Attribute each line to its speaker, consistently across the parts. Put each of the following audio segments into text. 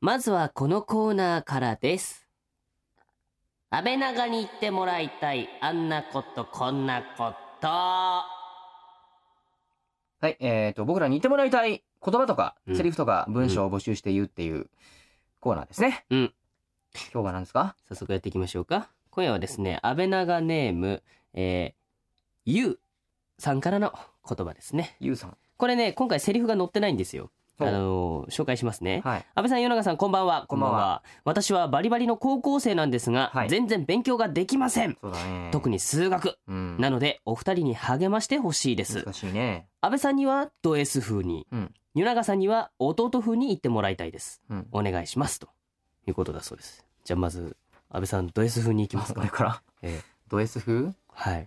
Speaker 1: まずはこのコーナーからです。安倍長に言ってもらいたい、あんなこと、こんなこと。
Speaker 2: はい、えっ、と、僕らに言ってもらいたい言葉とか、
Speaker 1: うん
Speaker 2: セリフとか文章を募集して言うっていうコーナーですね。
Speaker 1: うん。
Speaker 2: 今日は何ですか
Speaker 1: 早速やっていきましょうか。今夜はですね、安倍長ネーム、えー、ゆうさんからの言葉ですね。
Speaker 2: ゆうさん。
Speaker 1: これね、今回セリフが載ってないんですよ。あ
Speaker 2: そう
Speaker 1: のー紹介しますね。
Speaker 2: はい。
Speaker 1: 安倍さん、与永さん、こんばんは。
Speaker 2: こんばんは
Speaker 1: 私はバリバリの高校生なんですが、
Speaker 2: はい
Speaker 1: 全然勉強ができません。
Speaker 2: そうだね。
Speaker 1: 特
Speaker 2: に。
Speaker 1: に数学。
Speaker 2: うん。
Speaker 1: なので、お二人に励ましてほしいです。
Speaker 2: 難しいね。
Speaker 1: 安倍さんにはド S 風に、
Speaker 2: うん
Speaker 1: 与永さんには弟風に言ってもらいたいです。
Speaker 2: うん。
Speaker 1: お願いします。ということだそうです。じゃあまず、安倍さん、ド S 風に行きます
Speaker 2: こ
Speaker 1: か
Speaker 2: れ。から、
Speaker 1: ええ
Speaker 2: ド S 風
Speaker 1: はい。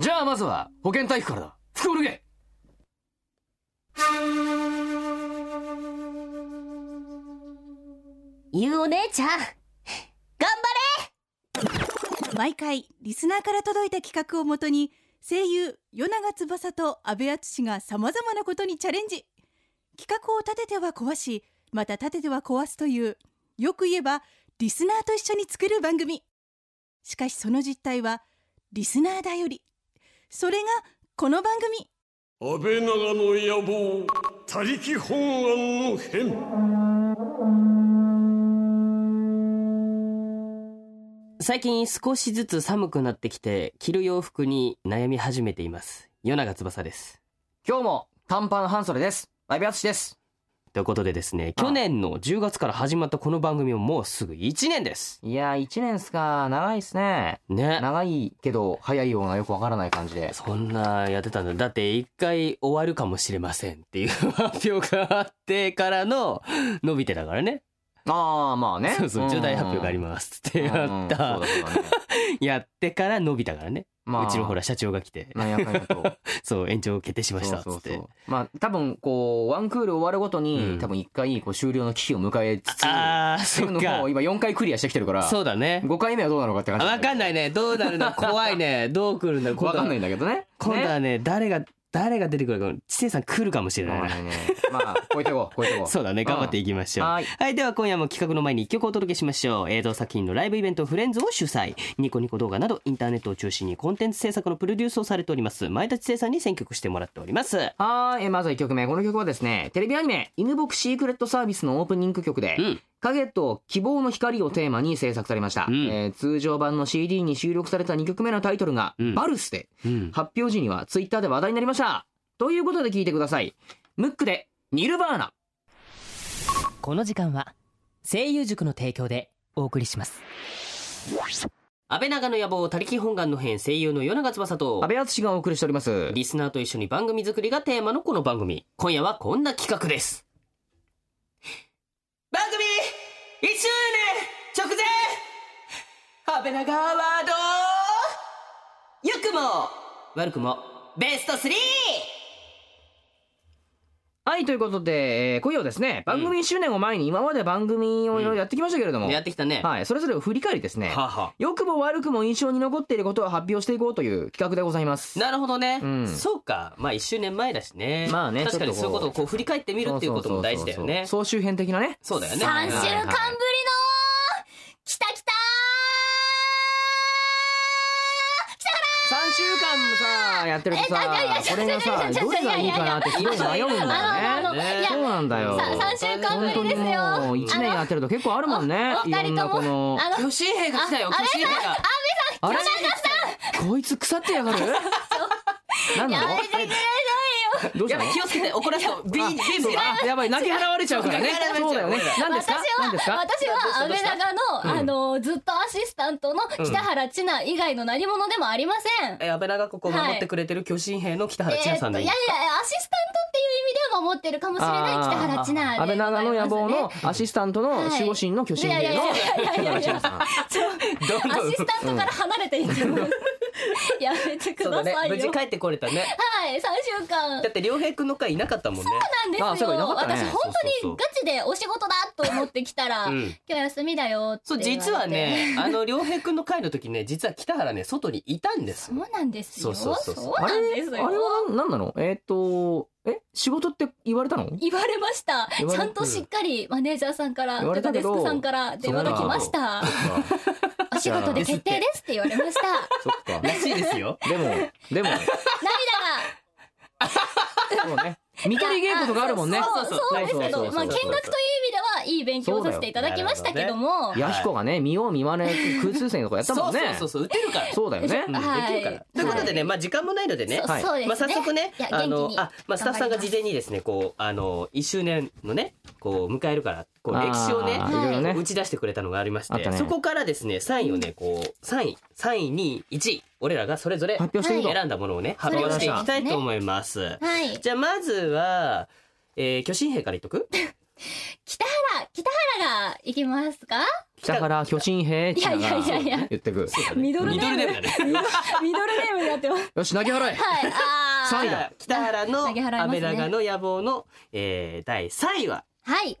Speaker 3: じゃあまずは保健体育からだ服を脱げ
Speaker 4: ゆうお姉ちゃん、頑張
Speaker 5: 毎回リスナーから届いた企画をもとに声優与永翼と阿部淳がさまざまなことにチャレンジ企画を立てては壊しまた立てては壊すというよく言えばリスナーと一緒に作る番組しかしその実態はリスナーだよりそれがこの番組
Speaker 6: 安倍長の野望他力本願の変
Speaker 1: 最近少しずつ寒くなってきて、着る洋服に悩み始めています。与永翼です。
Speaker 2: 今日も短パン半袖です。相部淳です。
Speaker 1: ということでですね、
Speaker 2: あ
Speaker 1: 去年の10月から始まったこの番組ももうすぐ1年です。
Speaker 2: いやー、1年っすか。長いっすね。
Speaker 1: ね。
Speaker 2: 長いけど、早いようなよくわからない感じで。
Speaker 1: そんなやってたんだ。だって一回終わるかもしれませんっていう発表があってからの伸びてだからね。
Speaker 2: ああ、まあね。
Speaker 1: そうそう、重大発表があり
Speaker 2: ま
Speaker 1: ますってやった
Speaker 2: うん。そうだそうだね。
Speaker 1: やってから伸びたからね。
Speaker 2: まあ、
Speaker 1: うちのほら、社長が来て、
Speaker 2: なんやかんや と。
Speaker 1: そう、延長決定しましたっつって。
Speaker 2: そうそうそうまあ多分こうワンクール終わるごとに、
Speaker 1: うん
Speaker 2: 多分一回こう終了の危機を迎えつつ
Speaker 1: ああ、
Speaker 2: 自
Speaker 1: そ
Speaker 2: 分
Speaker 1: っ
Speaker 2: の方
Speaker 1: か
Speaker 2: を。今4回クリアしてきてるから
Speaker 1: そうだね。
Speaker 2: 5回目はどうなのかって感
Speaker 1: あ
Speaker 2: じ
Speaker 1: わかんないね。どうなるの怖いね。どう来るんだろう今
Speaker 2: わ
Speaker 1: 度は
Speaker 2: かんないんだけどね
Speaker 1: 今度
Speaker 2: ね
Speaker 1: はね、誰が、誰が出てくるか、知性さん来るかもしれ
Speaker 2: わ
Speaker 1: な
Speaker 2: か
Speaker 1: い
Speaker 2: ん
Speaker 1: な
Speaker 2: な。いねまあ超えていこう超えていこう
Speaker 1: そうだね。頑張っていきましょう。
Speaker 2: はーい
Speaker 1: はい。では今夜も企画の前に一曲お届けしましょう。映像作品のライブイベントフレンズを主催。ニコニコ動画などインターネットを中心にコンテンツ制作のプロデュースをされております。前田知世さんに選曲してもらっております。
Speaker 2: はーいえまず1曲目この曲はですねテレビアニメ「犬僕シークレットサービス」のオープニング曲で、
Speaker 1: うん
Speaker 2: 影と希望の光をテーマに制作されました、
Speaker 1: うん
Speaker 2: えー通常版の CD に収録された2曲目のタイトルが「
Speaker 1: うん
Speaker 2: バルス」で
Speaker 1: うん。
Speaker 2: 発表時にはツイッターで話題になりましたということで聞いてくださいムックでニルバーナ
Speaker 7: この時間は声優塾の提供でお送りします
Speaker 1: 安倍長の野望、他力本願の編、声優の与永翼と
Speaker 2: 安、倍淳がお送りしております
Speaker 1: リスナーと一緒に番組作りがテーマのこの番組。今夜はこんな企画です。番組 !1 周年直前安倍長アワード良くも悪くもベスト 3!
Speaker 2: はいということで、えー今夜はですね番組1周年を前に今まで番組をいろいろやってきましたけれども、
Speaker 1: やってきたね。
Speaker 2: はいそれぞれを振り返りですね
Speaker 1: はあは
Speaker 2: 良くも悪くも印象に残っていることを発表していこうという企画でございます
Speaker 1: あなるほどね、
Speaker 2: うん
Speaker 1: そうか。まあ1周年前だしね。
Speaker 2: まあね
Speaker 1: 確かに
Speaker 2: ち
Speaker 1: そうい
Speaker 2: ょ
Speaker 1: う
Speaker 2: っとこう
Speaker 1: ことをこう振り返ってみるっていうことも大事だよね。
Speaker 2: そうそうそうそう総集編的なね
Speaker 1: そうだよね。
Speaker 4: れ !3 週間ぶりのきたきた
Speaker 2: 3週間もさやってると
Speaker 4: えいやいやい
Speaker 2: さ
Speaker 4: や
Speaker 2: これが
Speaker 4: いや
Speaker 2: さ
Speaker 4: いやいや
Speaker 2: どれがいいかなってすごい迷うんだよね
Speaker 4: あのあのいや
Speaker 2: そうなんだよ
Speaker 4: さ三週間ぶりで
Speaker 2: 本
Speaker 4: すよ
Speaker 2: 当にもう一年やってると結構あるもんね
Speaker 4: おお
Speaker 2: いろんなこの
Speaker 4: あの、
Speaker 1: 巨神兵が来たよ、
Speaker 4: あ
Speaker 1: 巨神兵が。
Speaker 2: あれこいつ腐ってやがるなんなの
Speaker 4: やめてくださいよ
Speaker 2: どうし
Speaker 1: や
Speaker 2: たの
Speaker 1: ばい、気をつけて、怒らせよ。ビー、ビー
Speaker 2: そうだあやばい泣き払われちゃうからね
Speaker 1: 泣き払われちゃう
Speaker 2: そうだよね何です
Speaker 4: 私
Speaker 2: か何です
Speaker 4: は
Speaker 2: か
Speaker 4: 私は安倍長の、あのずっとアシスタントの北原千奈以外の何者でもありません、
Speaker 1: え安倍長ここを守ってくれてる巨神兵の北原千奈さんだ
Speaker 4: えー
Speaker 1: よ、
Speaker 4: いやいやアシスタントっていう意味では守ってるかもしれない
Speaker 2: あー
Speaker 4: 北原千奈
Speaker 2: 安倍長の野望のアシスタントの守護神の巨神
Speaker 4: いや
Speaker 2: 兵
Speaker 4: い
Speaker 2: の
Speaker 4: やいやいやいやいや
Speaker 2: さん
Speaker 1: どん
Speaker 4: ア
Speaker 1: どん
Speaker 4: シスタントから離れていってますやめてく
Speaker 1: そうだ
Speaker 4: だ
Speaker 1: ね
Speaker 4: さいよ、
Speaker 1: 無事帰ってこれたね
Speaker 4: はい三週間
Speaker 1: だって良平くんの会いなかったもんね
Speaker 4: なんですよ
Speaker 2: あそういえばいなかったね
Speaker 4: 私本当にガチでお仕事だと思ってきたら、
Speaker 1: う
Speaker 4: 今
Speaker 1: ん
Speaker 4: 日休みだよって
Speaker 1: そう
Speaker 4: 言われて
Speaker 1: 実はねあの良平くんの会の時ね実は北原ね外にいたんです
Speaker 4: そうなんですよ
Speaker 1: そうそうそうそう
Speaker 4: そうなんです
Speaker 2: あれ
Speaker 4: よ
Speaker 2: は何なのえーっとえ仕事って言われたの
Speaker 4: 言われましたち
Speaker 2: 言われ
Speaker 4: ゃんとしっかりマネージャーさんから
Speaker 2: 言わ
Speaker 4: と
Speaker 2: れ
Speaker 4: か
Speaker 2: た
Speaker 4: デ
Speaker 2: け
Speaker 4: ス
Speaker 2: ど
Speaker 4: クさんから電話が来ましたお仕事で決定ですって言われました
Speaker 2: そっか。
Speaker 1: らしいですよ
Speaker 2: でも、でも、そうね。見
Speaker 4: 涙が
Speaker 2: 取り稽古とかあるもんね。
Speaker 4: そうそうそうですけど
Speaker 2: そうそうそうそう
Speaker 4: まあ見学という意味ではいい勉強をさせていただきましたけども
Speaker 2: ヤヒコがね、見よう見まね、空中戦とかやったもんね。
Speaker 1: そうそうそうそう打てるから
Speaker 2: そうだよね
Speaker 1: うん。
Speaker 4: はい
Speaker 1: できるからということでねまあ時間もないのでね
Speaker 4: そう
Speaker 2: はい
Speaker 4: そうですね
Speaker 1: まあ早速ね
Speaker 4: いや
Speaker 1: あ
Speaker 4: 元
Speaker 1: の
Speaker 4: 気に
Speaker 1: あまあスタッフさんが事前にですねこうあの1周年のねこう迎えるからこう歴史をね
Speaker 2: あーいろいろね
Speaker 1: 打ち出してくれたのがありまし
Speaker 2: あってたね
Speaker 1: そこからですね3位をねこう3位3位2位1位俺らがそれぞれ
Speaker 2: 発表していいと。
Speaker 1: 選んだものをね発表していきたいと思います。
Speaker 4: はい
Speaker 1: じゃあまずは、えー、巨神兵からいっとく
Speaker 4: 北原北原が行きますか
Speaker 2: 北原巨神兵
Speaker 4: いやいやいやいや
Speaker 2: 言ってく。
Speaker 4: ミドル
Speaker 1: ミ
Speaker 4: ネ
Speaker 1: ドルネーム
Speaker 4: ー
Speaker 1: だ
Speaker 4: ム
Speaker 1: ね。
Speaker 4: ミドルネームになってます
Speaker 2: よし、投げ払え。
Speaker 4: はいあ
Speaker 2: 三
Speaker 4: ー
Speaker 2: 位だ。
Speaker 1: 北原
Speaker 4: 投げ払い
Speaker 1: の
Speaker 4: ます
Speaker 1: 安倍
Speaker 4: ね
Speaker 1: 長の野望の、えー、第3位は
Speaker 4: はい。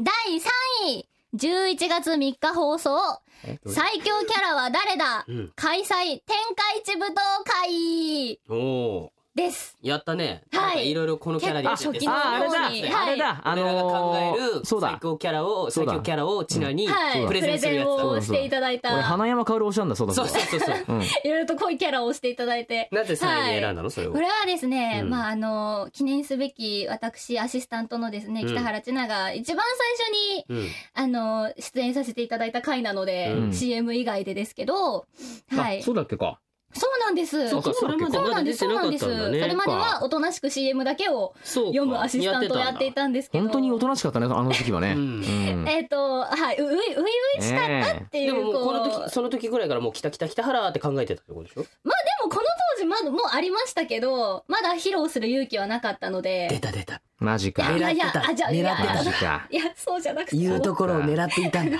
Speaker 4: 第3位、11月3日放送、最強キャラは誰だ
Speaker 1: うん
Speaker 4: 開催、天下一武道会
Speaker 1: おお
Speaker 4: です。
Speaker 1: ーやったね。
Speaker 4: はい
Speaker 1: なんかいろいろこのキャラでやって
Speaker 4: 結構初
Speaker 1: て。
Speaker 4: 期の
Speaker 2: あ、あれ
Speaker 4: 昨日のように
Speaker 2: だ。あれだ。あ
Speaker 1: 俺らが考
Speaker 2: の
Speaker 1: える
Speaker 2: ー、そう
Speaker 1: 最
Speaker 2: だ。
Speaker 1: 強キャラを
Speaker 2: そ
Speaker 1: 最
Speaker 2: うだ
Speaker 1: 強キャラをちなに
Speaker 4: はい。
Speaker 1: プレ
Speaker 4: プ
Speaker 1: ゼン
Speaker 4: レ
Speaker 1: する
Speaker 4: ゼ
Speaker 1: や
Speaker 4: ン
Speaker 1: つだ。
Speaker 4: をしていただい
Speaker 2: 俺、
Speaker 4: た。
Speaker 2: 花山薫推しなんだ、そうだ。
Speaker 1: そうそうそうそう。
Speaker 2: うん。
Speaker 4: いろいろと濃いキャラをしていただいて。
Speaker 1: なぜ3位に選んだのそれを。
Speaker 4: これはですね、
Speaker 1: うん
Speaker 4: まああの記念すべき私アシスタントのですね
Speaker 1: うん
Speaker 4: 北原千奈が一番最初に
Speaker 1: うん
Speaker 4: あの出演させていただいた回なので、
Speaker 1: うん
Speaker 4: CM 以外でですけど、はい
Speaker 2: あ、そうだっけか。
Speaker 4: そうなんです。
Speaker 1: そうかそれまで
Speaker 4: そう
Speaker 1: ま
Speaker 4: な
Speaker 1: だ
Speaker 4: んで
Speaker 1: 出て
Speaker 4: す。そ
Speaker 1: な
Speaker 4: うな
Speaker 1: か
Speaker 4: ん
Speaker 1: っ
Speaker 4: です。
Speaker 1: た
Speaker 4: そ
Speaker 1: んだね。
Speaker 4: れまではおとなしく CM だけを
Speaker 1: そうか
Speaker 4: 読むアシスタントをやっていたんですけど。
Speaker 2: 本当におとなしかったね、あの時はね。
Speaker 1: う
Speaker 2: うんん。
Speaker 4: えっ、と、はい、うういういしたっ
Speaker 2: ね
Speaker 4: てい
Speaker 1: で
Speaker 4: う、
Speaker 1: ももうこの
Speaker 4: う
Speaker 1: 時その時ぐらいからもう北北北原って考えてたってことでしょ
Speaker 4: でもこの当時まだもうありましたけど、まだ披露する勇気はなかったの
Speaker 3: 出
Speaker 4: で。
Speaker 3: た出た。
Speaker 2: えマジ
Speaker 4: い
Speaker 2: か。
Speaker 4: やいや
Speaker 3: 狙ってた
Speaker 4: あじゃあい
Speaker 3: 狙
Speaker 4: や
Speaker 3: ってた
Speaker 2: マジか。
Speaker 4: いや、そうじゃなくて。
Speaker 3: 言う
Speaker 4: そ
Speaker 3: ところを狙っていたん だ。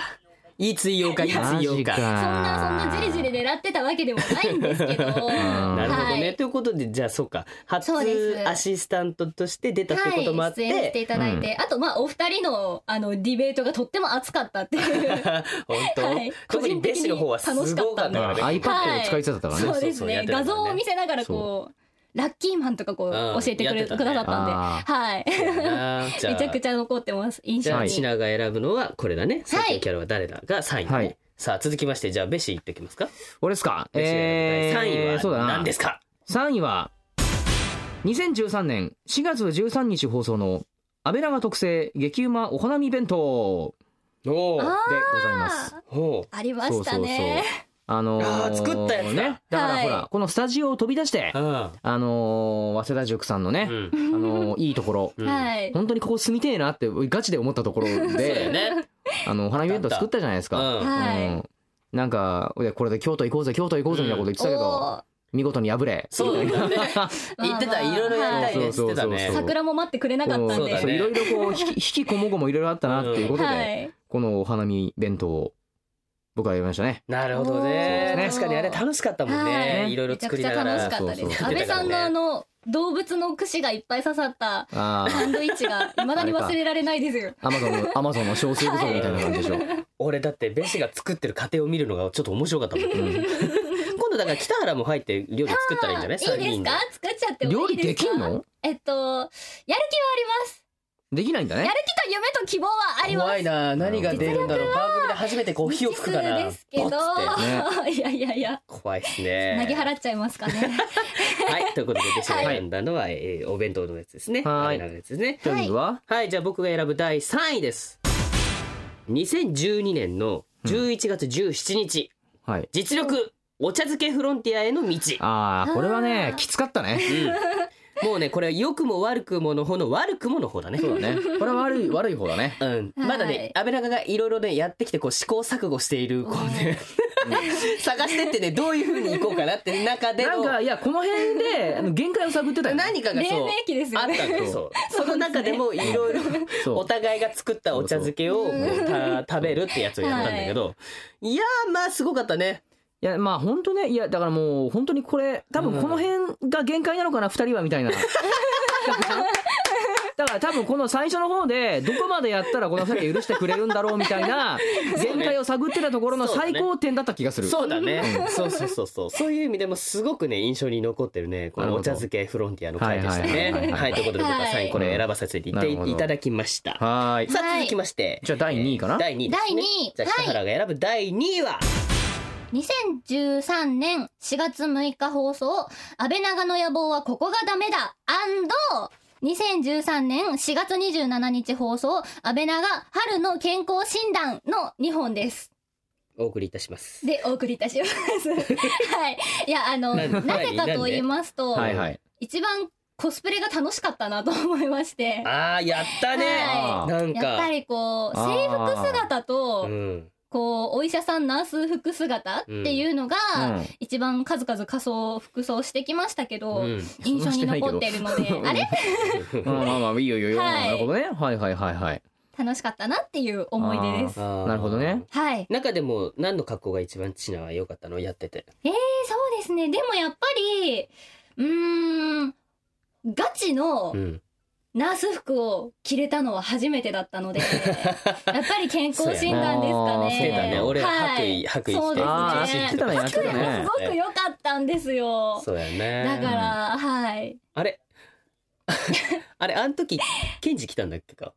Speaker 3: いい追用か、いい
Speaker 2: マ
Speaker 3: 追用
Speaker 2: ジか。
Speaker 3: か。
Speaker 4: んな、そんなじりじり狙ってたわけでもないんで すけど。
Speaker 1: なるほどね、
Speaker 4: はい
Speaker 1: ということでじゃあそうか
Speaker 4: そうで
Speaker 1: 初
Speaker 4: す
Speaker 1: アシスタントとして出たってこともあ
Speaker 4: は
Speaker 1: っ
Speaker 4: い、出演して
Speaker 1: て、
Speaker 4: いただいて、あとまあお二人のあのディベートがとっても熱かったって いう
Speaker 1: 本当、
Speaker 4: はい
Speaker 1: 特にベッシの方はすごかったからね
Speaker 2: 楽しかったんだ iPad を使いつつだったからね
Speaker 4: そうです
Speaker 1: やっ
Speaker 4: ね
Speaker 1: てた
Speaker 4: 画
Speaker 1: んだ
Speaker 4: 像
Speaker 1: よね
Speaker 4: を見せながらこうラッキーマンとかこう
Speaker 1: うん
Speaker 4: 教えてく
Speaker 1: や
Speaker 4: れ
Speaker 1: ってた
Speaker 4: く
Speaker 1: ね
Speaker 4: ださった
Speaker 2: あ
Speaker 4: んではい
Speaker 1: あーじゃあ
Speaker 4: めちゃくちゃ残ってます印
Speaker 1: じゃ
Speaker 4: 象
Speaker 1: あ
Speaker 4: に
Speaker 1: 千奈が選ぶのはこれだね最強キャラは誰だが3位、ね
Speaker 2: はい
Speaker 1: さあ続きましてじゃあベッシ行ってきますか、
Speaker 2: 俺ですか
Speaker 1: ベッシ
Speaker 2: えー、
Speaker 1: が選ぶ第3
Speaker 2: そう
Speaker 1: 位
Speaker 2: だ
Speaker 1: は
Speaker 2: な
Speaker 1: 何ですか、
Speaker 2: 3位は2013年4月13日放送の安倍長特製激うまお花見弁当
Speaker 1: お
Speaker 4: あ
Speaker 1: ー
Speaker 2: でございます。
Speaker 1: お
Speaker 4: ありましたね
Speaker 2: あのー
Speaker 1: あー作ったやつだ
Speaker 2: ね。だからほら、
Speaker 4: は
Speaker 2: このスタジオを飛び出して、
Speaker 1: ー
Speaker 2: あのー早稲田塾さんのね
Speaker 1: う、ん
Speaker 2: あのーいいところ、
Speaker 1: うん
Speaker 4: はい
Speaker 2: 本当にここ住みてえなってガチで思ったところ
Speaker 1: そうだよ
Speaker 2: で、
Speaker 1: ね
Speaker 2: あのお花見弁当作ったじゃないです
Speaker 1: う
Speaker 2: か。
Speaker 1: ん
Speaker 4: はい
Speaker 2: うんなんかいやこれで京都行こうぜ京都行こうぜみたいなこと言ってたけど、
Speaker 4: おー
Speaker 2: 見事に敗れ
Speaker 1: そうだね言ってたいろいろやりたいねっつってたね
Speaker 2: そうそうそうそう
Speaker 4: 桜も待ってくれなかったん
Speaker 1: そうだ
Speaker 4: で
Speaker 1: ね
Speaker 2: いろいろ こう引き引きこもごもいろいろあったなっていうことで、
Speaker 4: はい
Speaker 2: このお花見弁当を僕はやりましたね。
Speaker 1: なるほどね
Speaker 4: そうです
Speaker 1: 確
Speaker 4: ね
Speaker 1: かにあれ楽しかったもんね、、
Speaker 4: はい
Speaker 2: い
Speaker 1: ろいろ
Speaker 4: めちゃ
Speaker 1: 作
Speaker 4: く
Speaker 1: り
Speaker 4: ちゃ
Speaker 1: なが
Speaker 4: 楽
Speaker 1: ら
Speaker 4: しかっ
Speaker 2: そ
Speaker 4: た
Speaker 2: う
Speaker 4: で
Speaker 2: そう
Speaker 4: す
Speaker 2: そう
Speaker 4: 安倍さんのあの動物の櫛がいっぱい刺さった
Speaker 2: あ
Speaker 4: サンドイッチが未だに忘れられないですよ
Speaker 2: あ、アマゾンのアマゾンの小水不足みたいな感じでしょ。
Speaker 1: 俺だってベシが作ってる過程を見るのがちょっと面白かったもん、 今度だから北原も入って料理作ったらいいんじゃない
Speaker 4: いいですか作っちゃって
Speaker 2: 料
Speaker 4: もい
Speaker 2: 理
Speaker 4: いですか
Speaker 2: できんの？
Speaker 4: えっとやる気はあります
Speaker 2: できないんだ
Speaker 4: や
Speaker 2: ね
Speaker 4: る。気と夢と希望はあります
Speaker 1: 怖いな何が出るんだろう番組で初めてこう
Speaker 4: 未
Speaker 1: 火を
Speaker 4: 知
Speaker 1: 吹く
Speaker 4: 数
Speaker 1: かな
Speaker 4: ですけ
Speaker 1: ボッ
Speaker 4: ど、
Speaker 1: つって
Speaker 4: いやいやいや
Speaker 1: 怖いです
Speaker 4: 投げ
Speaker 1: ね
Speaker 4: 払っちゃいます かね
Speaker 1: はいということでベシが選んだのは、えーお弁当のやつですね
Speaker 2: は
Speaker 1: あ
Speaker 2: い
Speaker 1: れなのやつですね
Speaker 2: というのは
Speaker 1: はいじゃあ僕が選ぶ第3位です2012年の11月17日、
Speaker 2: はい。
Speaker 1: 実力お茶漬けフロンティアへの道
Speaker 2: ああこれは
Speaker 4: あ
Speaker 2: ね
Speaker 4: ー
Speaker 2: きつかったね。
Speaker 1: うんもうねこれは良くも悪くもの方の悪くもの方だね。
Speaker 2: そうだね。これは悪い悪い方だね。
Speaker 1: うん、まだね、安倍長がいろいろねやってきてこう試行錯誤しているこうね 探してってねどういう風にいこうかなって中で
Speaker 2: なん
Speaker 1: の
Speaker 2: かいやこの辺であの限界を探ってたよね。
Speaker 1: 何かが
Speaker 4: 黎
Speaker 1: そう
Speaker 4: 明期です
Speaker 1: あ
Speaker 4: よ
Speaker 1: った
Speaker 4: ね
Speaker 1: んだよそうその中でもいろいろ
Speaker 2: そう
Speaker 1: お互いが作ったお茶漬けをもうた食べるってやつをやったんだけどいやーまあすごかったね
Speaker 2: いやまあ本当ねいやだからもう本当 にこれ多分この辺が限界なのかな二人はみたいな。だから多分この最初の方でどこまでやったらこの2人許してくれるんだろうみたい な全体を探ってたところの最高点だった気がする。
Speaker 1: そうだね。そうそうそうそう。そういう意味でもすごくね、印象に残ってるね、こ
Speaker 2: なる
Speaker 1: の
Speaker 2: ほど
Speaker 1: お茶漬けフロンティアの回でした
Speaker 2: はいはいはい
Speaker 1: ね。
Speaker 2: はい
Speaker 1: はい、ということで僕はサインこれ選ばさせていただい
Speaker 2: はい
Speaker 1: いただきました。
Speaker 2: はーい。
Speaker 1: さ
Speaker 4: は
Speaker 1: あ
Speaker 4: い
Speaker 1: 続きまして。
Speaker 2: じゃあ第二位かな
Speaker 1: えー第2位ですね。
Speaker 4: 第二位
Speaker 1: じゃあ北原が選ぶ第2位は
Speaker 4: 2013年4月6日放送、安倍長の野望はここがダメだ !2013 年4月27日放送、安倍長春の健康診断の2本です。
Speaker 1: お送りいたします。
Speaker 4: で、お送りいた します。はい。いや、あの、
Speaker 1: な
Speaker 4: な
Speaker 1: 何
Speaker 4: ぜかと言いますと、
Speaker 2: はいはい。
Speaker 4: 一番コスプレが楽しかったなと思いまして、
Speaker 1: ああ、やったね
Speaker 4: は
Speaker 1: なん
Speaker 4: やっぱ
Speaker 1: か。
Speaker 4: りこう、
Speaker 2: あー
Speaker 4: 制服姿
Speaker 1: う
Speaker 4: と、
Speaker 1: ん。
Speaker 4: こう、お医者さんナース服姿っていうのが、
Speaker 2: うん
Speaker 4: 一番数々仮装服装してきましたけど、
Speaker 1: うん
Speaker 4: 印象に残ってるのであれ
Speaker 2: う んまあまあいいよいいよいいよ。
Speaker 4: はい
Speaker 2: なるほどね。はいはいはいはい。
Speaker 4: 楽しかったなっていう思い出です。
Speaker 1: あー
Speaker 2: なるほどね。
Speaker 4: はい、
Speaker 1: 中でも何の格好が一番チナは良かったのやってて。
Speaker 4: えーそうですねでもやっぱりうーんガチの
Speaker 1: うん。
Speaker 4: ナース服を着れたのは初めてだった のでやっぱり健康診断ですかね。
Speaker 2: そうやなあーそうだね
Speaker 1: 俺白
Speaker 4: は
Speaker 1: 衣
Speaker 4: い
Speaker 1: 白衣着て
Speaker 4: そう
Speaker 2: あ
Speaker 4: で
Speaker 2: あ
Speaker 4: す
Speaker 2: や
Speaker 4: ね
Speaker 2: ってたねやってた
Speaker 4: 服
Speaker 2: ね
Speaker 4: も。すごく良かったんですよ。
Speaker 1: そうやね。
Speaker 4: だからはい
Speaker 1: あれ あれあの時ケンジ来たんだっけか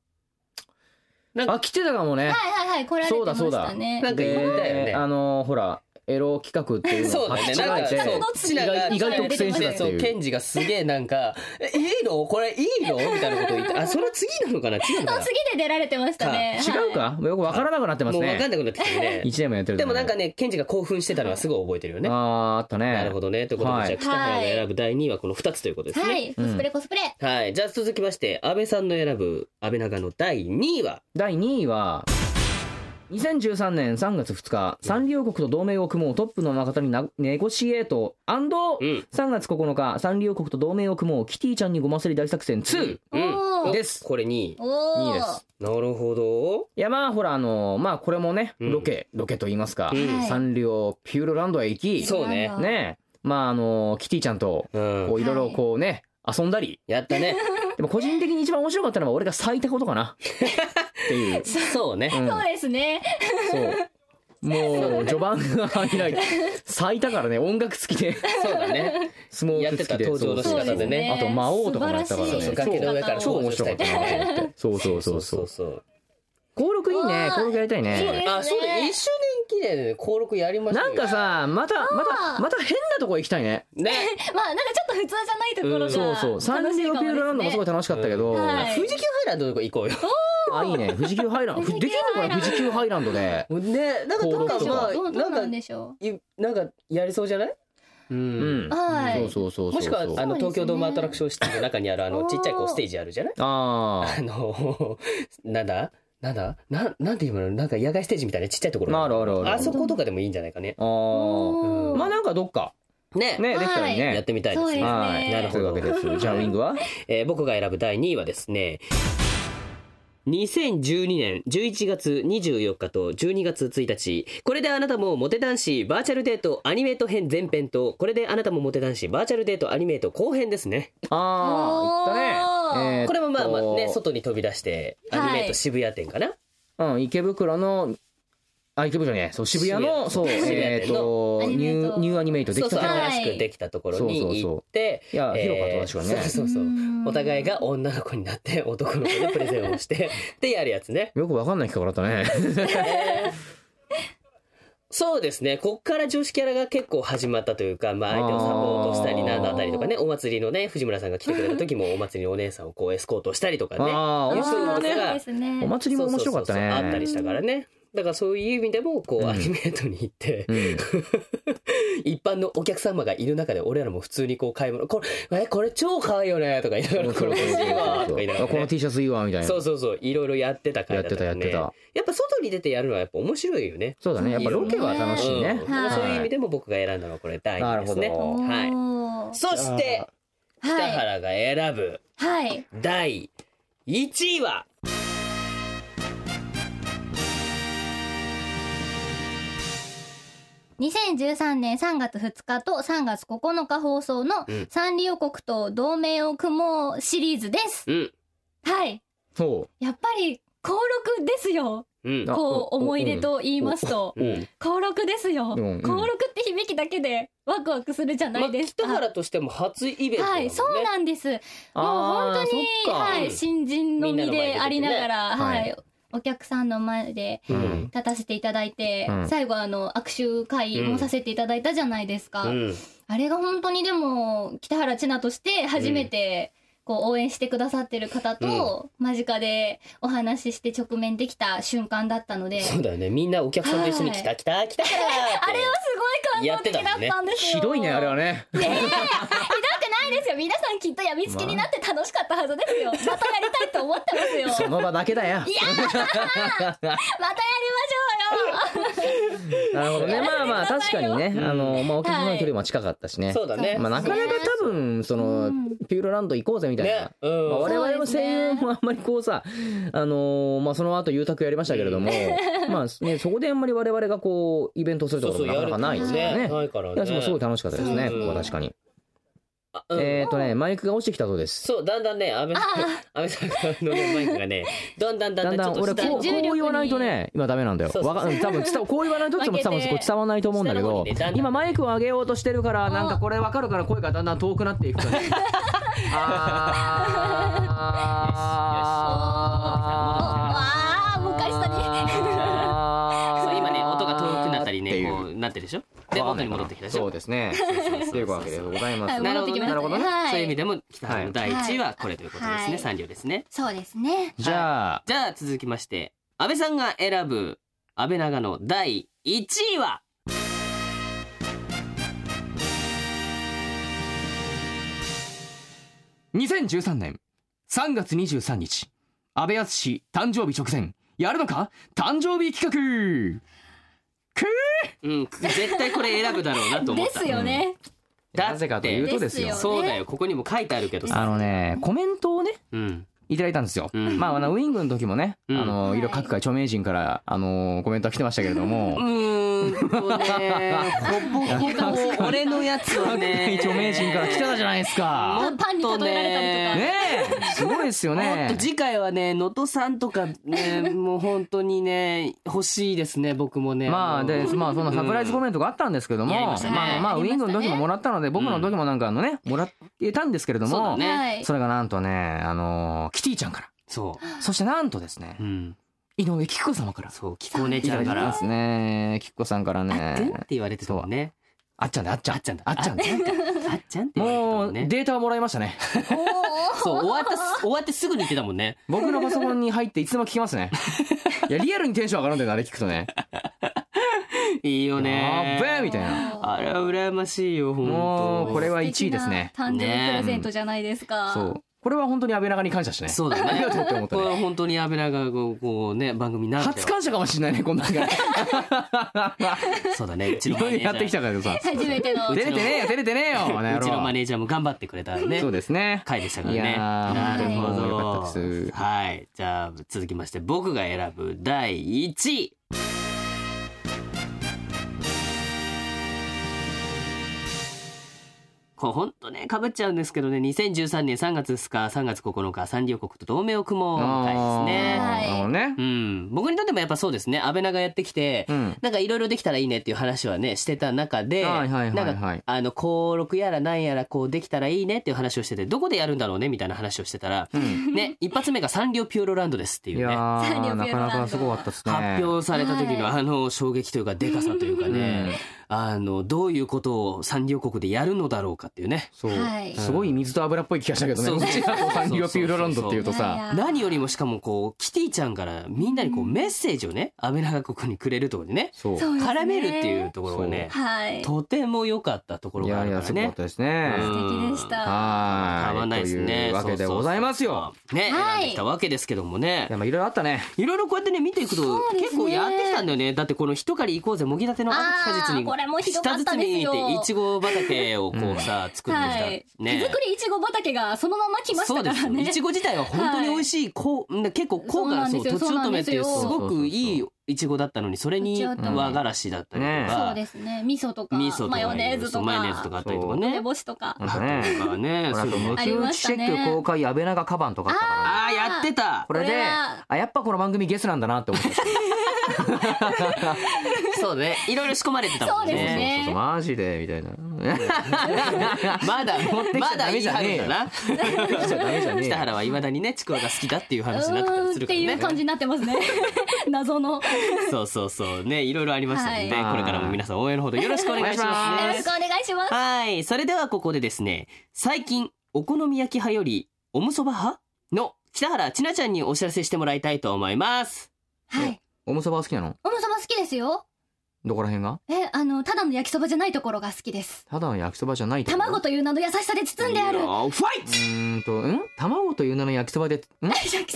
Speaker 2: あ来てたかもね。
Speaker 4: はいはいはい来られて
Speaker 2: そう
Speaker 4: ま
Speaker 2: だそう
Speaker 4: し
Speaker 2: だ
Speaker 4: たね。
Speaker 1: なんか言ってたよね
Speaker 2: であのほらエロ企画っていうの
Speaker 1: そ
Speaker 2: を
Speaker 1: うだ
Speaker 2: 履
Speaker 1: ね
Speaker 2: き
Speaker 1: なん
Speaker 2: 違
Speaker 1: か
Speaker 2: え
Speaker 1: そ
Speaker 2: て
Speaker 1: う
Speaker 2: 意
Speaker 1: ちらが
Speaker 2: 外意外と苦戦してたって
Speaker 1: そ
Speaker 2: いうう。
Speaker 1: ケンジがすげえなんか「えいいのこれいいの?」みたいなことを言ってあそれ次なのかな違うのか
Speaker 4: 次で出られてましたね。
Speaker 2: 違うかよくわからなくなって
Speaker 1: な
Speaker 2: ます
Speaker 1: もう分かん
Speaker 2: ね。
Speaker 1: なくなってきて ね
Speaker 2: 一年もやってると
Speaker 1: でもなんかねケンジが興奮してたのはすごい覚えてるよね
Speaker 2: あああったね。
Speaker 1: なるほどねということ
Speaker 2: は
Speaker 1: で
Speaker 2: い
Speaker 1: じゃあ北原が選ぶ第2位はこの2つということです
Speaker 4: は
Speaker 1: ね
Speaker 4: い、コスプレコスプレ。
Speaker 1: はいじゃあ続きまして安倍さんの選ぶ安倍長の第2位は
Speaker 2: 第2位は2013年3月2日サンリオ国と同盟を組もうトップの中田になネゴシエート
Speaker 1: うん
Speaker 2: 3月9日サンリオ国と同盟を組もうキティちゃんにごませり大作戦2、
Speaker 1: うんうん
Speaker 4: おー
Speaker 1: ですこれ2位
Speaker 4: お
Speaker 2: 2
Speaker 4: お。
Speaker 2: 位です
Speaker 1: なるほど
Speaker 2: いやまあほらあのまあこれもね
Speaker 1: うん
Speaker 2: ロケ、ロケと言いますか、
Speaker 1: うん
Speaker 2: サンリオピューロランドへ行き
Speaker 1: そうね
Speaker 4: なんだ
Speaker 2: ねまああのキティちゃんと
Speaker 1: うん
Speaker 2: こういろいろこうね、遊んだり
Speaker 1: やった ね
Speaker 2: でも個人的に一番面白かったのは俺が咲いたこと かなっていう、
Speaker 1: そうね
Speaker 2: うん
Speaker 4: そうですね。
Speaker 2: そう。もう序盤が以来咲いたからね音楽好きで
Speaker 1: そうだね
Speaker 2: スモーク好きで
Speaker 1: やってた登場の仕方でね
Speaker 2: そうそうあと魔王とかもやったから
Speaker 4: 素
Speaker 2: ね
Speaker 4: 晴らしい
Speaker 1: 崖の上から
Speaker 2: 超面白かったなそうそうそうそう
Speaker 1: そう
Speaker 2: 登録いいね登録やりたい
Speaker 4: そう
Speaker 2: ね
Speaker 4: ですね
Speaker 1: あそうだ一周年記念で登録やりましょう
Speaker 2: な
Speaker 1: よ
Speaker 2: んかさまたまたまた変なとこ行きたいね
Speaker 1: ね
Speaker 4: まあなんかちょっと普通じゃないところが
Speaker 2: そうそうサンリオピューロランドもすごい
Speaker 4: 楽しいかもですね
Speaker 2: 楽しかったけど
Speaker 4: はい
Speaker 1: 富士急ハイランドとか行こうよ
Speaker 2: あいいね富士急ハイランドふできるのかな富士急ハイランドで
Speaker 1: ねなんかどっかまあ
Speaker 4: どうど
Speaker 1: な
Speaker 4: うなんん
Speaker 1: か
Speaker 4: でしょ
Speaker 1: いなんかやりそうじゃないうん
Speaker 2: う、ん
Speaker 4: はい
Speaker 2: そうそうそうそう
Speaker 1: もしくはあの
Speaker 4: そうですね
Speaker 1: 東京ドームアトラクションシティの中にあるあ
Speaker 4: お
Speaker 1: の
Speaker 4: ー
Speaker 1: ちっちゃいこうステージあるじゃない
Speaker 2: あ
Speaker 1: あの なんだなんだなんなんていうのなんか野外ステージみたいなちっちゃいところ
Speaker 2: まああるあるある
Speaker 1: あそことかでもいいんじゃないかね
Speaker 2: ああ
Speaker 4: う。
Speaker 2: ー
Speaker 4: おー
Speaker 2: まあなんかどっか
Speaker 1: ね
Speaker 2: ねできたらいい
Speaker 1: や
Speaker 2: ね
Speaker 1: ってみたいで
Speaker 4: そう
Speaker 1: す
Speaker 4: です
Speaker 1: ね
Speaker 4: ね。
Speaker 2: はい
Speaker 1: なるほど
Speaker 2: というわけですじゃあウィングは
Speaker 1: えー僕が選ぶ第2位はですね2012年11月24日と12月1日これであなたもモテ男子バーチャルデートアニメート編前編とこれであなたもモテ男子バーチャルデートアニメート後編ですね
Speaker 2: ああ行った
Speaker 4: おー
Speaker 2: ね。えーっと
Speaker 1: これもまあまあね外に飛び出してアニメート渋谷店かな、
Speaker 2: うん池袋のあ池袋じゃねえそう渋谷の
Speaker 1: 渋
Speaker 2: そう
Speaker 1: 谷
Speaker 2: えーっと
Speaker 4: アニ
Speaker 2: ニ
Speaker 4: メー
Speaker 2: ュ
Speaker 4: ト
Speaker 2: ーニューアニメイトで
Speaker 1: そう
Speaker 2: き
Speaker 1: そう
Speaker 2: たね。
Speaker 1: 新しくできたところに
Speaker 2: そうそうそう
Speaker 1: 行って
Speaker 2: いや
Speaker 1: えー
Speaker 2: 広かった確かにね
Speaker 1: そうそうそう
Speaker 4: うん
Speaker 1: お互いが女の子になって男の子にプレゼンをして ってやるやつね
Speaker 2: よくわかんない企画だったね。
Speaker 1: そうですね。こっから女子キャラが結構始まったというか、まあ相手をサポートしたりなんだったりとかね、お祭りのね、藤村さんが来てくれた時もお祭りのお姉さんをこうエスコートしたりとかね。
Speaker 2: ああ
Speaker 1: 面
Speaker 2: 面
Speaker 1: 白
Speaker 2: 白
Speaker 1: いこ
Speaker 2: いこととね。
Speaker 1: が
Speaker 4: そうですね。
Speaker 2: お祭りも面白かったね。
Speaker 1: そうそうそうあったりしたからね。だからそういう意味でも、こう
Speaker 2: うん
Speaker 1: アニメートに行って、
Speaker 2: うん。
Speaker 1: 一般のお客様がいる中で俺らも普通にこう買い物、これ、え、これ超可愛いよねとか言いなが ら、これ欲しいわとか言いなが
Speaker 2: あこ
Speaker 1: ら
Speaker 2: の
Speaker 1: ね。
Speaker 2: T シャツいいわみたいな。
Speaker 1: そうそうそう、いろいろやってた
Speaker 2: や
Speaker 1: 回
Speaker 2: っ
Speaker 1: だった
Speaker 2: て
Speaker 1: か
Speaker 2: たや
Speaker 1: ら
Speaker 2: っ
Speaker 1: ね。
Speaker 2: て
Speaker 1: や
Speaker 2: た。
Speaker 1: っぱ外に出てやるのはやっぱ面白いよね。
Speaker 2: そうだね。やっぱロケは楽しいね
Speaker 1: うん。
Speaker 4: はい
Speaker 1: そういう意味でも僕が選んだのはこれ第2
Speaker 2: なる
Speaker 1: です
Speaker 2: ほ
Speaker 1: ね。
Speaker 2: ど。
Speaker 1: はい
Speaker 4: おー
Speaker 1: そして北
Speaker 4: はい
Speaker 1: 原が選ぶ
Speaker 4: はい。
Speaker 1: 第1位は
Speaker 4: 2013年3月2日と3月9日放送の
Speaker 1: うん
Speaker 4: サンリオ国と同盟を組もうシリーズです。
Speaker 1: うん
Speaker 4: はい。
Speaker 2: ほ
Speaker 4: やっぱり、高録ですよ。
Speaker 1: うん
Speaker 2: あ
Speaker 4: こう、
Speaker 2: うん
Speaker 4: 思い出と言いますと。
Speaker 1: うん
Speaker 4: 高録ですよ。
Speaker 2: うんうん
Speaker 4: 高録って響きだけでワクワクするじゃないですか。
Speaker 1: まあ北原としても初イベントだもんね
Speaker 4: はい、そうなんです。もう
Speaker 2: うあ
Speaker 4: 本当
Speaker 2: ー
Speaker 4: に、
Speaker 2: そっか
Speaker 4: はい、新人の身でありながら、
Speaker 2: みんなの
Speaker 4: は
Speaker 2: 前で
Speaker 4: い、お客さんの前で
Speaker 2: う
Speaker 1: うん
Speaker 2: ん
Speaker 4: 立たせていただいて、
Speaker 2: うん
Speaker 4: 最後あの握手会もさせていただいたじゃないですか。
Speaker 1: うん
Speaker 4: あれが本当にでも北原千奈として初めて、こう応援してくださってる方と間近でお話しして直面できた瞬間だったので、
Speaker 1: そうだよねみんなお客さんと一緒に
Speaker 4: はい
Speaker 1: 来た来た来たから
Speaker 4: あれはすごい感動的だったんですよ。
Speaker 2: ひどいねあれはね
Speaker 4: ねえ、ひどくないですよ。皆さんきっとやみつきになって楽しかったはずですよ。またやりたいと思ってますよ。
Speaker 2: その場だけだよ
Speaker 4: またやりましょうよ。
Speaker 2: なるほどねまあまあ
Speaker 4: やらせ
Speaker 2: 確
Speaker 4: て
Speaker 2: か
Speaker 4: く
Speaker 2: に
Speaker 4: ださい
Speaker 2: ね
Speaker 1: よ
Speaker 2: あのまあお客さんの
Speaker 4: はい
Speaker 2: 距離も近かったしね
Speaker 1: そうだね
Speaker 2: まあなかなか多分そうの
Speaker 4: ん
Speaker 2: ピューロランド行こうぜみたい
Speaker 1: ね
Speaker 2: な
Speaker 1: う
Speaker 2: まあ
Speaker 1: ん
Speaker 2: 我々の声優もあんまりこうさ、あのーまあその後、ゆうたくやりましたけれ ども、まあね、そこであんまり我々がこう、イベントするって
Speaker 1: そ
Speaker 2: こ
Speaker 1: う
Speaker 2: と
Speaker 1: そ
Speaker 2: も
Speaker 1: う
Speaker 2: な
Speaker 1: や
Speaker 2: か
Speaker 1: る
Speaker 2: なか
Speaker 1: と
Speaker 2: ないですね。
Speaker 1: ね
Speaker 2: ね
Speaker 1: ないから
Speaker 2: いや、そうすごい
Speaker 1: ね
Speaker 2: 楽しかったですね、
Speaker 1: そう
Speaker 2: ここは確かに。
Speaker 1: あうん
Speaker 2: えっとね、マイクが落ちてきたそうです。
Speaker 1: そうだんだんね安倍さん安倍さんのねマイクがねだんだんだ
Speaker 2: だ
Speaker 1: ん
Speaker 2: ん
Speaker 1: だん
Speaker 2: だ
Speaker 1: ち
Speaker 2: ん
Speaker 1: ょっと下
Speaker 2: 俺
Speaker 1: に
Speaker 2: こうこ
Speaker 4: 重
Speaker 2: う
Speaker 4: 力に
Speaker 2: 言わないとね今ダメなんだよ
Speaker 1: そうそう
Speaker 2: わかん多分伝わこう言わないとっても多分
Speaker 4: 負けて
Speaker 2: 伝わんないと思うんだけど
Speaker 1: 下の方にねだんだん
Speaker 2: 今マイクを上げようとしてるからなんかこれわかるから声がだんだん遠くなっていくからねあ
Speaker 4: ああ、もう一回下に。
Speaker 2: ー
Speaker 1: そう今ね音が遠くなったり
Speaker 2: って
Speaker 1: ね
Speaker 2: いう
Speaker 1: こうなってるでしょで元に戻ってきたでし
Speaker 2: そう
Speaker 1: ょ
Speaker 2: ですねというわけでございま
Speaker 4: は
Speaker 2: す
Speaker 4: い、
Speaker 1: なる
Speaker 4: 戻っ
Speaker 1: ほど
Speaker 4: てき
Speaker 1: ね
Speaker 4: ましたね。はい、
Speaker 1: そういう意味でも北原の第一位はこれということです
Speaker 4: は
Speaker 1: ね
Speaker 4: い
Speaker 1: 三両ですね
Speaker 4: そうですね。
Speaker 2: じゃあ
Speaker 1: じゃあ続きまして安倍さんが選ぶ安倍長の第1位は
Speaker 3: 2013年3月23日安倍淳誕生日直前やるのか誕生日企
Speaker 1: うん絶対これ選ぶだろうなと思っ
Speaker 4: で
Speaker 1: た
Speaker 4: すよね。
Speaker 1: だって
Speaker 2: なぜかというとですよ
Speaker 4: ですよ
Speaker 1: そうだよここにも書いてあるけどさ
Speaker 2: あのねコメントをね
Speaker 1: うん
Speaker 2: いただいたんですよ。
Speaker 1: うん
Speaker 2: まあ、あのウィングの時もね、
Speaker 1: うん
Speaker 2: あの
Speaker 4: は
Speaker 2: いろ
Speaker 4: い
Speaker 2: いろ各界著名人からあのコメントは来てましたけれど
Speaker 1: う
Speaker 2: も、
Speaker 1: ーんと ねほぼほぼ俺のやつは
Speaker 2: 各
Speaker 1: ね
Speaker 2: 界著名人から来てたじゃないですか。
Speaker 4: パンパンに例えられたりとか。
Speaker 2: ねえ、すごいですよ
Speaker 1: もっと
Speaker 2: ね。
Speaker 1: 次回はね能登さんとかね もう本当にね欲しいですね僕もね
Speaker 2: まあでまあそんなサプライズコメントがあったんですけども、
Speaker 1: うんやり
Speaker 2: ま
Speaker 1: ま
Speaker 2: あ
Speaker 1: したね
Speaker 2: まあまあウ
Speaker 4: やり
Speaker 2: ィ
Speaker 4: ま
Speaker 2: ン
Speaker 4: した
Speaker 2: グ
Speaker 4: ね
Speaker 2: の時ももらったので、僕の時もなんかあのねもらえたんですけれど
Speaker 1: そうだ
Speaker 2: も
Speaker 1: ね、
Speaker 4: はい。
Speaker 2: それがなんとねあのキティちゃんか
Speaker 1: そ
Speaker 2: ら、そしてなんとですね
Speaker 1: ううん
Speaker 2: 井上貴子様から、
Speaker 1: そうきこねちゃん
Speaker 2: い
Speaker 1: か
Speaker 2: ただきま
Speaker 1: ら
Speaker 2: すね、貴子さんから
Speaker 1: あってんって
Speaker 2: ね、
Speaker 1: 言われてたもんね
Speaker 2: あっちゃんだあっちゃん
Speaker 1: あっちゃんだ
Speaker 2: あっちゃんだ。
Speaker 1: あっちゃんって言われてた
Speaker 2: も
Speaker 1: も
Speaker 2: うん
Speaker 1: ね
Speaker 2: データはもらいましたね。
Speaker 1: そう終わったす終わってすぐに言ってたもんね
Speaker 2: 僕のパソコンに入っていつでも聞きます ね。いや、リアルにテンション上がるんだよね、あれ聞くとね。
Speaker 1: いいよね
Speaker 2: やべえみたいな。
Speaker 4: な
Speaker 1: あれは羨ましいよ本当
Speaker 2: もうこれは1位ですね
Speaker 4: 誕生日プレゼントじゃないですか。
Speaker 2: そう。これは本当に安倍長に感謝してね。
Speaker 1: そうだ
Speaker 2: あり
Speaker 1: ね
Speaker 2: がとうって思った
Speaker 1: これ
Speaker 2: ね。
Speaker 1: は本当に安倍長がこうこうね番組ならで
Speaker 2: 初
Speaker 1: は
Speaker 2: 感謝かもしれないね、こんなんが。
Speaker 1: そうだねうち
Speaker 2: い
Speaker 1: の
Speaker 2: ろ
Speaker 1: マ
Speaker 2: い
Speaker 1: ネージ
Speaker 2: ろ
Speaker 1: ャ
Speaker 2: やってき
Speaker 1: ー
Speaker 2: たけどさ。
Speaker 4: 初めての。
Speaker 2: 照れてねえよ、照れてねえよ、この野
Speaker 1: うちのマ
Speaker 2: 郎。
Speaker 1: ネージャーも頑張ってくれたね
Speaker 2: そうですね。
Speaker 1: 回でしたから
Speaker 2: い
Speaker 1: ね。
Speaker 2: やー
Speaker 1: なるほ
Speaker 2: よか
Speaker 1: ど
Speaker 2: ったです。
Speaker 1: はい、じゃあ続きまして僕が選ぶ第1位。こう本当ねかぶっちゃうんですけどね2013年3月2日3月9日サンリオ国と同盟を組もうみたいですね。
Speaker 2: あーなるほどね
Speaker 1: う。ん、僕にとってもやっぱそうですね安倍長やってきて、
Speaker 2: うん。
Speaker 1: なんかいろいろできたらいいねっていう話はねしてた中で、
Speaker 2: はいはいはいはい
Speaker 1: なんかあの登録やらなんやらこうできたらいいねっていう話をしててどこでやるんだろうねみたいな話をしてたら、
Speaker 2: うん
Speaker 1: ね一発目がサンリオピューロランドですってい
Speaker 2: いうや
Speaker 1: ね
Speaker 2: ー、なかなかすごかったですね。
Speaker 1: 発表された時の
Speaker 4: は
Speaker 1: あの衝撃というかでかさというかね、あのどういうことをサンリオ国でやるのだろうかっていうね
Speaker 2: そう
Speaker 4: はい
Speaker 2: すごい水と油っぽい気がしたけどね。
Speaker 1: そう
Speaker 2: うちらのサンリオピューロランドっていうと
Speaker 4: いやい
Speaker 2: さ。
Speaker 4: や
Speaker 1: 何よりもしかもこうキティちゃんからみんなにこうメッセージをね安倍長国にくれるところにね
Speaker 2: そう。
Speaker 4: そうですね
Speaker 1: 絡めるっていうところがね
Speaker 4: はい。素
Speaker 1: とても良かったところ
Speaker 2: い
Speaker 1: があ
Speaker 2: やい
Speaker 1: るか
Speaker 2: や、
Speaker 1: ら
Speaker 2: すごか
Speaker 1: ね
Speaker 2: っ。たですね。
Speaker 1: うん
Speaker 4: 敵でした。
Speaker 2: は
Speaker 1: た
Speaker 2: い。
Speaker 1: まんないです
Speaker 2: と
Speaker 1: ね。
Speaker 2: いうわけでございますよ。
Speaker 1: そうそうそう。ね、
Speaker 4: はい
Speaker 1: 選んできたわけですけどもね
Speaker 2: いや、。まあ、いろいろあったね。
Speaker 1: いろいろこうやってね見ていくと
Speaker 4: そうですね
Speaker 1: 結構やってきたんだよね。だってこの一狩り行こうぜもぎたてのあの果実
Speaker 4: あーこれも
Speaker 1: に
Speaker 4: ひどか
Speaker 1: 舌
Speaker 4: った
Speaker 1: 包
Speaker 4: で
Speaker 1: み
Speaker 4: す
Speaker 1: に
Speaker 4: よ
Speaker 1: っていちご畑をこうさ作ってきた
Speaker 4: はい。手
Speaker 1: ね
Speaker 4: 作。りいちご畑がそのまま来まし
Speaker 1: そう
Speaker 4: た
Speaker 1: で
Speaker 4: か
Speaker 1: す
Speaker 4: ら
Speaker 1: よ。
Speaker 4: ね。
Speaker 1: いちご自体は本当に美味しい、こう結構高価な
Speaker 4: そ
Speaker 1: そうう
Speaker 4: なんですよ
Speaker 1: とちおとめっていう
Speaker 4: そうなん
Speaker 1: す
Speaker 4: ですよ
Speaker 1: ごくいいいちごだったのにそれに
Speaker 4: とちおと
Speaker 2: め
Speaker 1: 和がらしだったりと
Speaker 4: そう
Speaker 1: か、
Speaker 4: ですね。味噌とか、
Speaker 1: 味噌とか
Speaker 4: マヨネーズとか、
Speaker 1: マヨネーズとかあったりとかね
Speaker 4: 梅。干しとか。
Speaker 2: なんかね。
Speaker 1: とかね、
Speaker 2: ほら
Speaker 1: そ
Speaker 2: あ
Speaker 1: ういうの
Speaker 2: と
Speaker 1: もあ
Speaker 2: ム
Speaker 1: っ
Speaker 2: キ
Speaker 1: て
Speaker 4: り
Speaker 2: ム
Speaker 4: ま
Speaker 2: キ
Speaker 4: し
Speaker 2: シ
Speaker 4: た
Speaker 2: ェ
Speaker 4: ね
Speaker 2: ック公開安倍長カバンとかあったからね。あーやってたこれ
Speaker 4: こ
Speaker 2: で
Speaker 4: れは
Speaker 2: あやっぱこの番組ゲスなんだなって思って
Speaker 1: そうねいろいろ仕込まれてたもん
Speaker 4: そうです
Speaker 1: ね
Speaker 4: ね
Speaker 2: そうそうそうマジでみたいな
Speaker 1: まだ
Speaker 2: 持ってきち
Speaker 1: ま
Speaker 2: ゃ
Speaker 1: だ
Speaker 2: ダ
Speaker 1: い
Speaker 2: メ
Speaker 1: い
Speaker 2: じゃねえ
Speaker 1: 話
Speaker 2: よ
Speaker 1: だな
Speaker 2: ダメじゃ ねえよ
Speaker 1: 北原はいまだにねちくわが好きだっていう話になってた
Speaker 4: うーん
Speaker 1: り
Speaker 4: っ
Speaker 1: するか
Speaker 4: て
Speaker 1: ら
Speaker 4: いう感
Speaker 1: ね
Speaker 4: じになってますね 謎のよ
Speaker 1: そうそうそうねいろいろありましたんで、
Speaker 2: は
Speaker 1: こ
Speaker 2: い
Speaker 1: れからも皆さん応援のほどよろしくお願いします
Speaker 4: ろ
Speaker 1: ね
Speaker 4: しくお願いします
Speaker 1: はいそれではここでですね最近お好み焼き派よりおむそば派の北原千奈ちゃんにお知らせしてもらいたいと思います
Speaker 4: はい
Speaker 2: おむそばは好きなの
Speaker 4: おむそば好きですよ
Speaker 2: どこら辺が
Speaker 4: えあのただの焼きそばじゃないところが好きです
Speaker 2: ただの焼きそばじゃないとこ
Speaker 4: 卵という名の優しさで包んである
Speaker 1: いいよファイ
Speaker 2: う
Speaker 1: ト
Speaker 2: ーんとん卵という名の焼きそばでん
Speaker 4: 焼きそばじゃない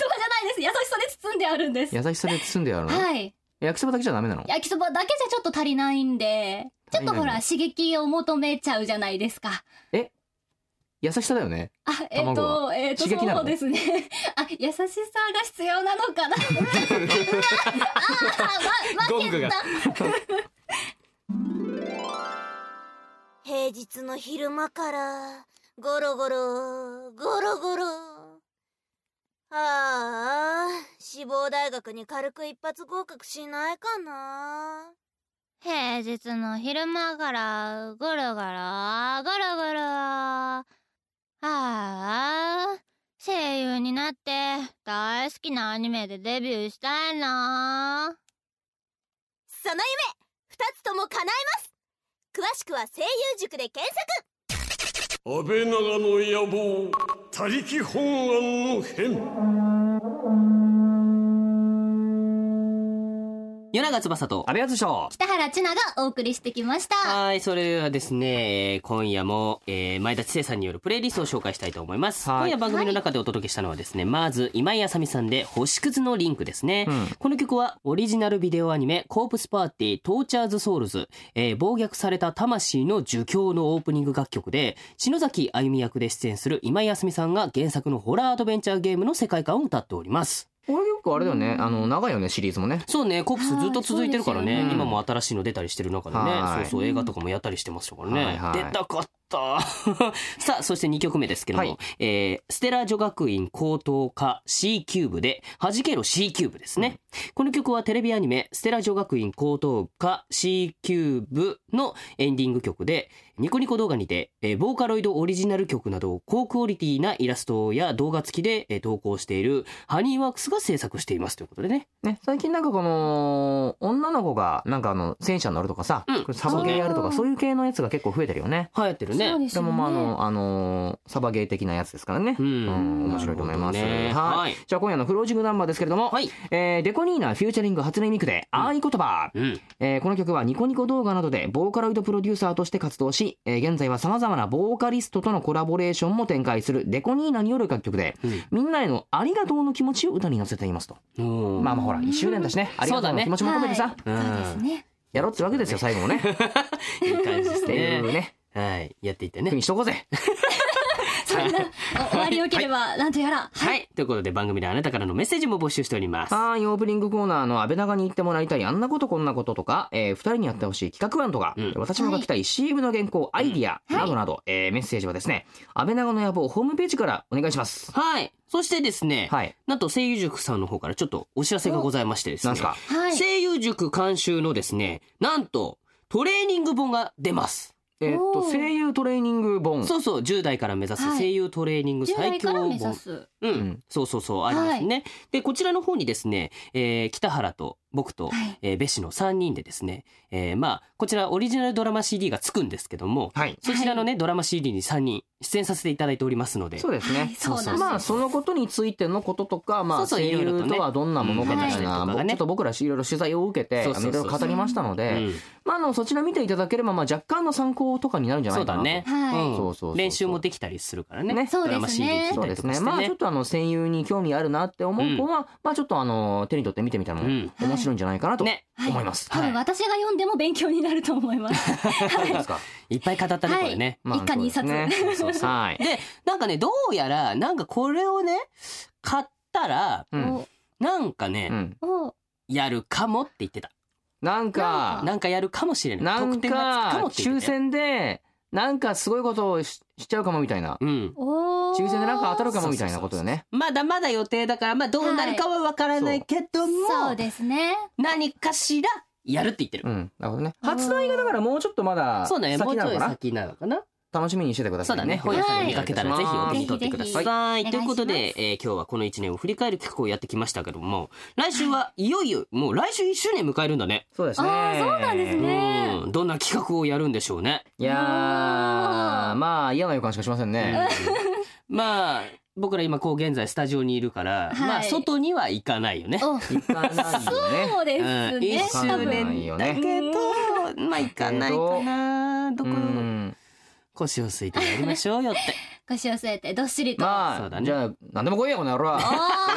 Speaker 4: です優しさで包んであるんです
Speaker 2: 優しさで包んであるの
Speaker 4: はい
Speaker 2: 焼きそばだけじゃダメなの
Speaker 4: 焼きそばだけじゃちょっと足りないんでちょっとほら刺激を求めちゃうじゃないですか
Speaker 2: 優しさだよね
Speaker 4: あえっ、
Speaker 2: 卵
Speaker 4: とえっ、と
Speaker 2: 刺激なの
Speaker 4: そうですね あ優しさが必要なのか なうわあー、ま、
Speaker 1: ゴン
Speaker 4: 負
Speaker 1: グ
Speaker 4: け
Speaker 1: が
Speaker 4: た
Speaker 8: 平日の昼間からゴロゴロゴロゴロああ志望大学に軽く一発合格しないかな平日の昼間からゴロゴロゴロゴロああ声優になって大好きなアニメでデビューしたいなその夢二つとも叶えます詳しくは声優塾で検索
Speaker 6: 安倍長の野望他力本願の変
Speaker 1: 夜長翼と
Speaker 2: あれやつでしょ
Speaker 4: 北原千奈がお送りしてきました
Speaker 1: はい、それではですね、えー今夜も、えー前田知世さんによるプレイリストを紹介したいと思います。
Speaker 2: はい
Speaker 1: 今夜番組の中でお届けしたのはですね、まず今井あさみさんで星屑のリンクですね。
Speaker 2: うん
Speaker 1: この曲はオリジナルビデオアニメ「コープスパーティートーチャーズ・ソウルズ」えー暴虐された魂の儒教」のオープニング楽曲で篠崎あゆみ役で出演する今井あすみさんが原作のホラーアドベンチャーゲームの世界観を歌っております
Speaker 2: これよくあれだよねあの長いよねシリーズもね
Speaker 1: そうねコープスずっと続いてるから
Speaker 4: はいそ
Speaker 1: ね
Speaker 4: う
Speaker 2: ですよね
Speaker 1: 今も新しいの出たりしてる中で
Speaker 2: は
Speaker 1: ね
Speaker 2: い
Speaker 1: そうそう映画とかもやったりしてましたから
Speaker 2: はい
Speaker 1: ね
Speaker 2: はい
Speaker 1: 出たか ったさあそして2曲目ですけども、
Speaker 2: はい
Speaker 1: えーステラ女学院高等科 C キューブで「はじけろ C キューブ」ですね、この曲はテレビアニメ「ステラ女学院高等科 C キューブ」のエンディング曲でニコニコ動画にて、えーボーカロイドオリジナル曲など高クオリティなイラストや動画付きで、えー投稿しているハニーワークスが制作していますということでね
Speaker 2: ね最近なんかこの女の子がなんかあの戦車に乗るとかさ、
Speaker 1: うん
Speaker 2: これサバゲーやるとか
Speaker 4: そうね
Speaker 2: そういう系のやつが結構増えてるよね
Speaker 1: 流行ってるね
Speaker 4: そうです
Speaker 2: で
Speaker 4: よ
Speaker 2: も
Speaker 4: ね
Speaker 2: まああの、あのーサバゲー的なやつですからね、
Speaker 1: うん
Speaker 2: 面白いと思います、
Speaker 1: なるほどね
Speaker 2: はい、
Speaker 1: はい
Speaker 2: じゃあ今夜のクロージングナンバーですけれども、
Speaker 1: はい
Speaker 2: えーデコニーナフューチャリング初音ミクで「合言葉」
Speaker 1: うん
Speaker 2: えーこの曲はニコニコ動画などでボーカロイドプロデューサーとして活動し、えー現在は様々なボーカリストとのコラボレーションも展開するデコニーナによる楽曲で、
Speaker 1: うん
Speaker 2: みんなへのありがとうの気持ちを歌に乗せていますと。
Speaker 1: うん
Speaker 2: まあまあほら、1周年だしね、ありがとうの気持ちも込めてさ、
Speaker 4: はい
Speaker 1: うん
Speaker 4: そうですね
Speaker 2: やろうってわけですよ、最後も ね。っ
Speaker 1: いい感じです
Speaker 2: ていう
Speaker 1: ね。
Speaker 2: ね、
Speaker 1: はい、やっていって
Speaker 2: ふう
Speaker 1: ね。
Speaker 2: にしとこうぜ。
Speaker 4: そんなお終わりよければなんとやら
Speaker 1: はい、ということで番組であなたからのメッセージも募集しております。
Speaker 2: はーい、オープニングコーナーの安倍長に行ってもらいたいあんなことこんなこととか、えー、2人にやってほしい企画案とか、
Speaker 1: うん
Speaker 2: 私も書きたい CM の原稿、アイディアなどなど、えーメッセージはですね、安倍長の野望ホームページからお願いします。
Speaker 1: はい、そしてですね、
Speaker 2: はい。
Speaker 1: なんと声優塾さんの方からちょっとお知らせがございましてです
Speaker 2: なん
Speaker 1: ね
Speaker 2: す。か
Speaker 4: はい
Speaker 1: 声優塾監修のですね、なんとトレーニング本が出ます。
Speaker 2: えーっ
Speaker 4: お
Speaker 2: と、
Speaker 4: ー
Speaker 2: 声優トレーニング本。
Speaker 1: そうそう、10代から目指
Speaker 4: は
Speaker 1: す
Speaker 4: い
Speaker 1: 声優トレーニング
Speaker 4: 10
Speaker 1: 最
Speaker 4: 代
Speaker 1: 強
Speaker 4: から目
Speaker 1: 本
Speaker 4: 指。す
Speaker 1: う
Speaker 2: うん
Speaker 1: ん、そうそうそう、ありますね。で、こちらの方にですね、えー北原と僕と
Speaker 4: はい
Speaker 1: えー、ベシの3人でですね、えーまあこちらオリジナルドラマ CD がつくんですけども
Speaker 2: はい。
Speaker 1: そちらのね、ドラマ CD に3人出演させていただいておりますので
Speaker 2: そうです
Speaker 4: は
Speaker 2: ね
Speaker 4: い。そうなんです
Speaker 2: まあそのことについてのこととか、ま
Speaker 1: そ
Speaker 2: あ
Speaker 1: うそう
Speaker 2: 声
Speaker 1: いろいろとね
Speaker 2: 優とはどんなものかみたい
Speaker 1: う
Speaker 2: な、
Speaker 1: ん
Speaker 2: ぼ
Speaker 1: はい
Speaker 2: ちょっと僕らいろいろ取材を受けて、
Speaker 1: そ
Speaker 2: あ
Speaker 1: うそう
Speaker 2: の
Speaker 1: そ
Speaker 2: いうろいろ語りましたの
Speaker 1: う
Speaker 2: で、
Speaker 1: ん
Speaker 2: まああのそちら見ていただければまあ若干の参考とかになるんじゃな
Speaker 1: そう
Speaker 2: いかな
Speaker 1: だ
Speaker 2: と。
Speaker 1: ね、
Speaker 4: はい
Speaker 1: うん
Speaker 2: そうそうそうそう
Speaker 1: 練習もできたりするからね
Speaker 2: ね
Speaker 4: そう
Speaker 1: ドラ
Speaker 4: で
Speaker 1: マ
Speaker 4: す
Speaker 1: CD
Speaker 4: ね
Speaker 1: 聴
Speaker 2: そう
Speaker 1: いたり
Speaker 2: で
Speaker 1: と
Speaker 2: す
Speaker 1: か
Speaker 2: ね。
Speaker 1: して
Speaker 2: まあ
Speaker 1: ね
Speaker 2: ちょっとあの声優に興味あるなって思う子は、まあちょっとあの手に取って見てみたら
Speaker 1: うん
Speaker 2: 面白いんじゃないかなと
Speaker 1: ね
Speaker 4: はい
Speaker 2: 思います。
Speaker 4: 多分私が読んでも勉強になると思います。
Speaker 2: どうですか。
Speaker 1: いっぱい語ったねこれね、
Speaker 2: まあ
Speaker 4: 一家に一冊
Speaker 2: そうですねそうそうそうはい。
Speaker 1: でなんかねどうやらなんかこれをね買ったら
Speaker 2: うん。
Speaker 1: なんかね、
Speaker 2: うん。
Speaker 4: お
Speaker 1: やるかもって言ってた
Speaker 2: なんか
Speaker 1: なんかやるかもしれない
Speaker 2: な
Speaker 1: 特
Speaker 2: ん
Speaker 1: 典がつくか
Speaker 2: か
Speaker 1: もって言
Speaker 2: 抽
Speaker 1: ってたよ
Speaker 2: 選でなんかすごいことをししちゃうかもみたいな
Speaker 1: うん。
Speaker 4: おー
Speaker 2: 抽選でなんか当たるかもみたいなことよね
Speaker 1: まだまだ予定だから、まあどうなるかはわからないけども、
Speaker 4: そうですね
Speaker 1: 何かしらやるって言ってる。
Speaker 2: うんなるほどね発売がだからもうちょっとまだ
Speaker 1: そうね、もう
Speaker 2: 先
Speaker 1: ち
Speaker 2: な
Speaker 1: ょ
Speaker 2: の
Speaker 1: い
Speaker 2: かな
Speaker 1: 先なのかな。
Speaker 2: 楽しみにしててくだ
Speaker 1: そ
Speaker 2: さ
Speaker 1: う
Speaker 2: い
Speaker 1: だね、
Speaker 2: ね
Speaker 1: 本屋さんで見かけたらぜひお手に取ってくだ
Speaker 4: は
Speaker 1: さ
Speaker 4: い
Speaker 1: い。ということで、えー今日はこの1年を振り返る企画をやってきましたけども、来週はいよいよ、もう来週1周年迎えるんだね。
Speaker 2: そうですね
Speaker 4: あーそうなんですね
Speaker 1: うん、どんな企画をやるんでしょうね。
Speaker 2: いやーまあ嫌な予感しかしませんね
Speaker 1: まあ僕ら今こう現在スタジオにいるから、
Speaker 4: はい
Speaker 1: まあ外には行かないよね。
Speaker 4: お
Speaker 2: 一般ないよ
Speaker 4: そうです
Speaker 1: う
Speaker 4: ね
Speaker 1: ん、一
Speaker 2: わか
Speaker 1: 周
Speaker 2: んない
Speaker 1: 年
Speaker 2: よ
Speaker 1: だ
Speaker 2: ね
Speaker 1: けど、まあ行かないかな。どこ
Speaker 2: ねうん
Speaker 1: 腰を据えてやりましょうよって。
Speaker 4: 腰を据えてどっしりと、
Speaker 1: そう
Speaker 2: ま
Speaker 1: だ
Speaker 2: あ
Speaker 1: ね
Speaker 2: じゃあ何でも来いやこの野郎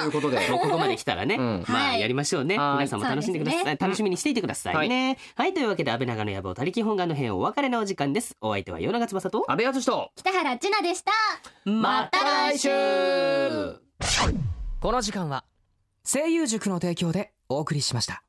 Speaker 2: ということで
Speaker 1: もうここまで来たらね、
Speaker 2: うん
Speaker 1: まあ
Speaker 4: はい
Speaker 1: やりましょうね。
Speaker 2: はい
Speaker 1: 皆さんも楽しんでください。
Speaker 4: そうで
Speaker 1: 楽しみにしていてくださいね。はい、というわけで安倍長の野望他力本願の編お別れのお時間です。お相手は与永翼と
Speaker 2: 安倍敦史と
Speaker 4: 北原千奈でした
Speaker 1: ま
Speaker 4: た来週
Speaker 7: この時間は声優塾の提供でお送りしました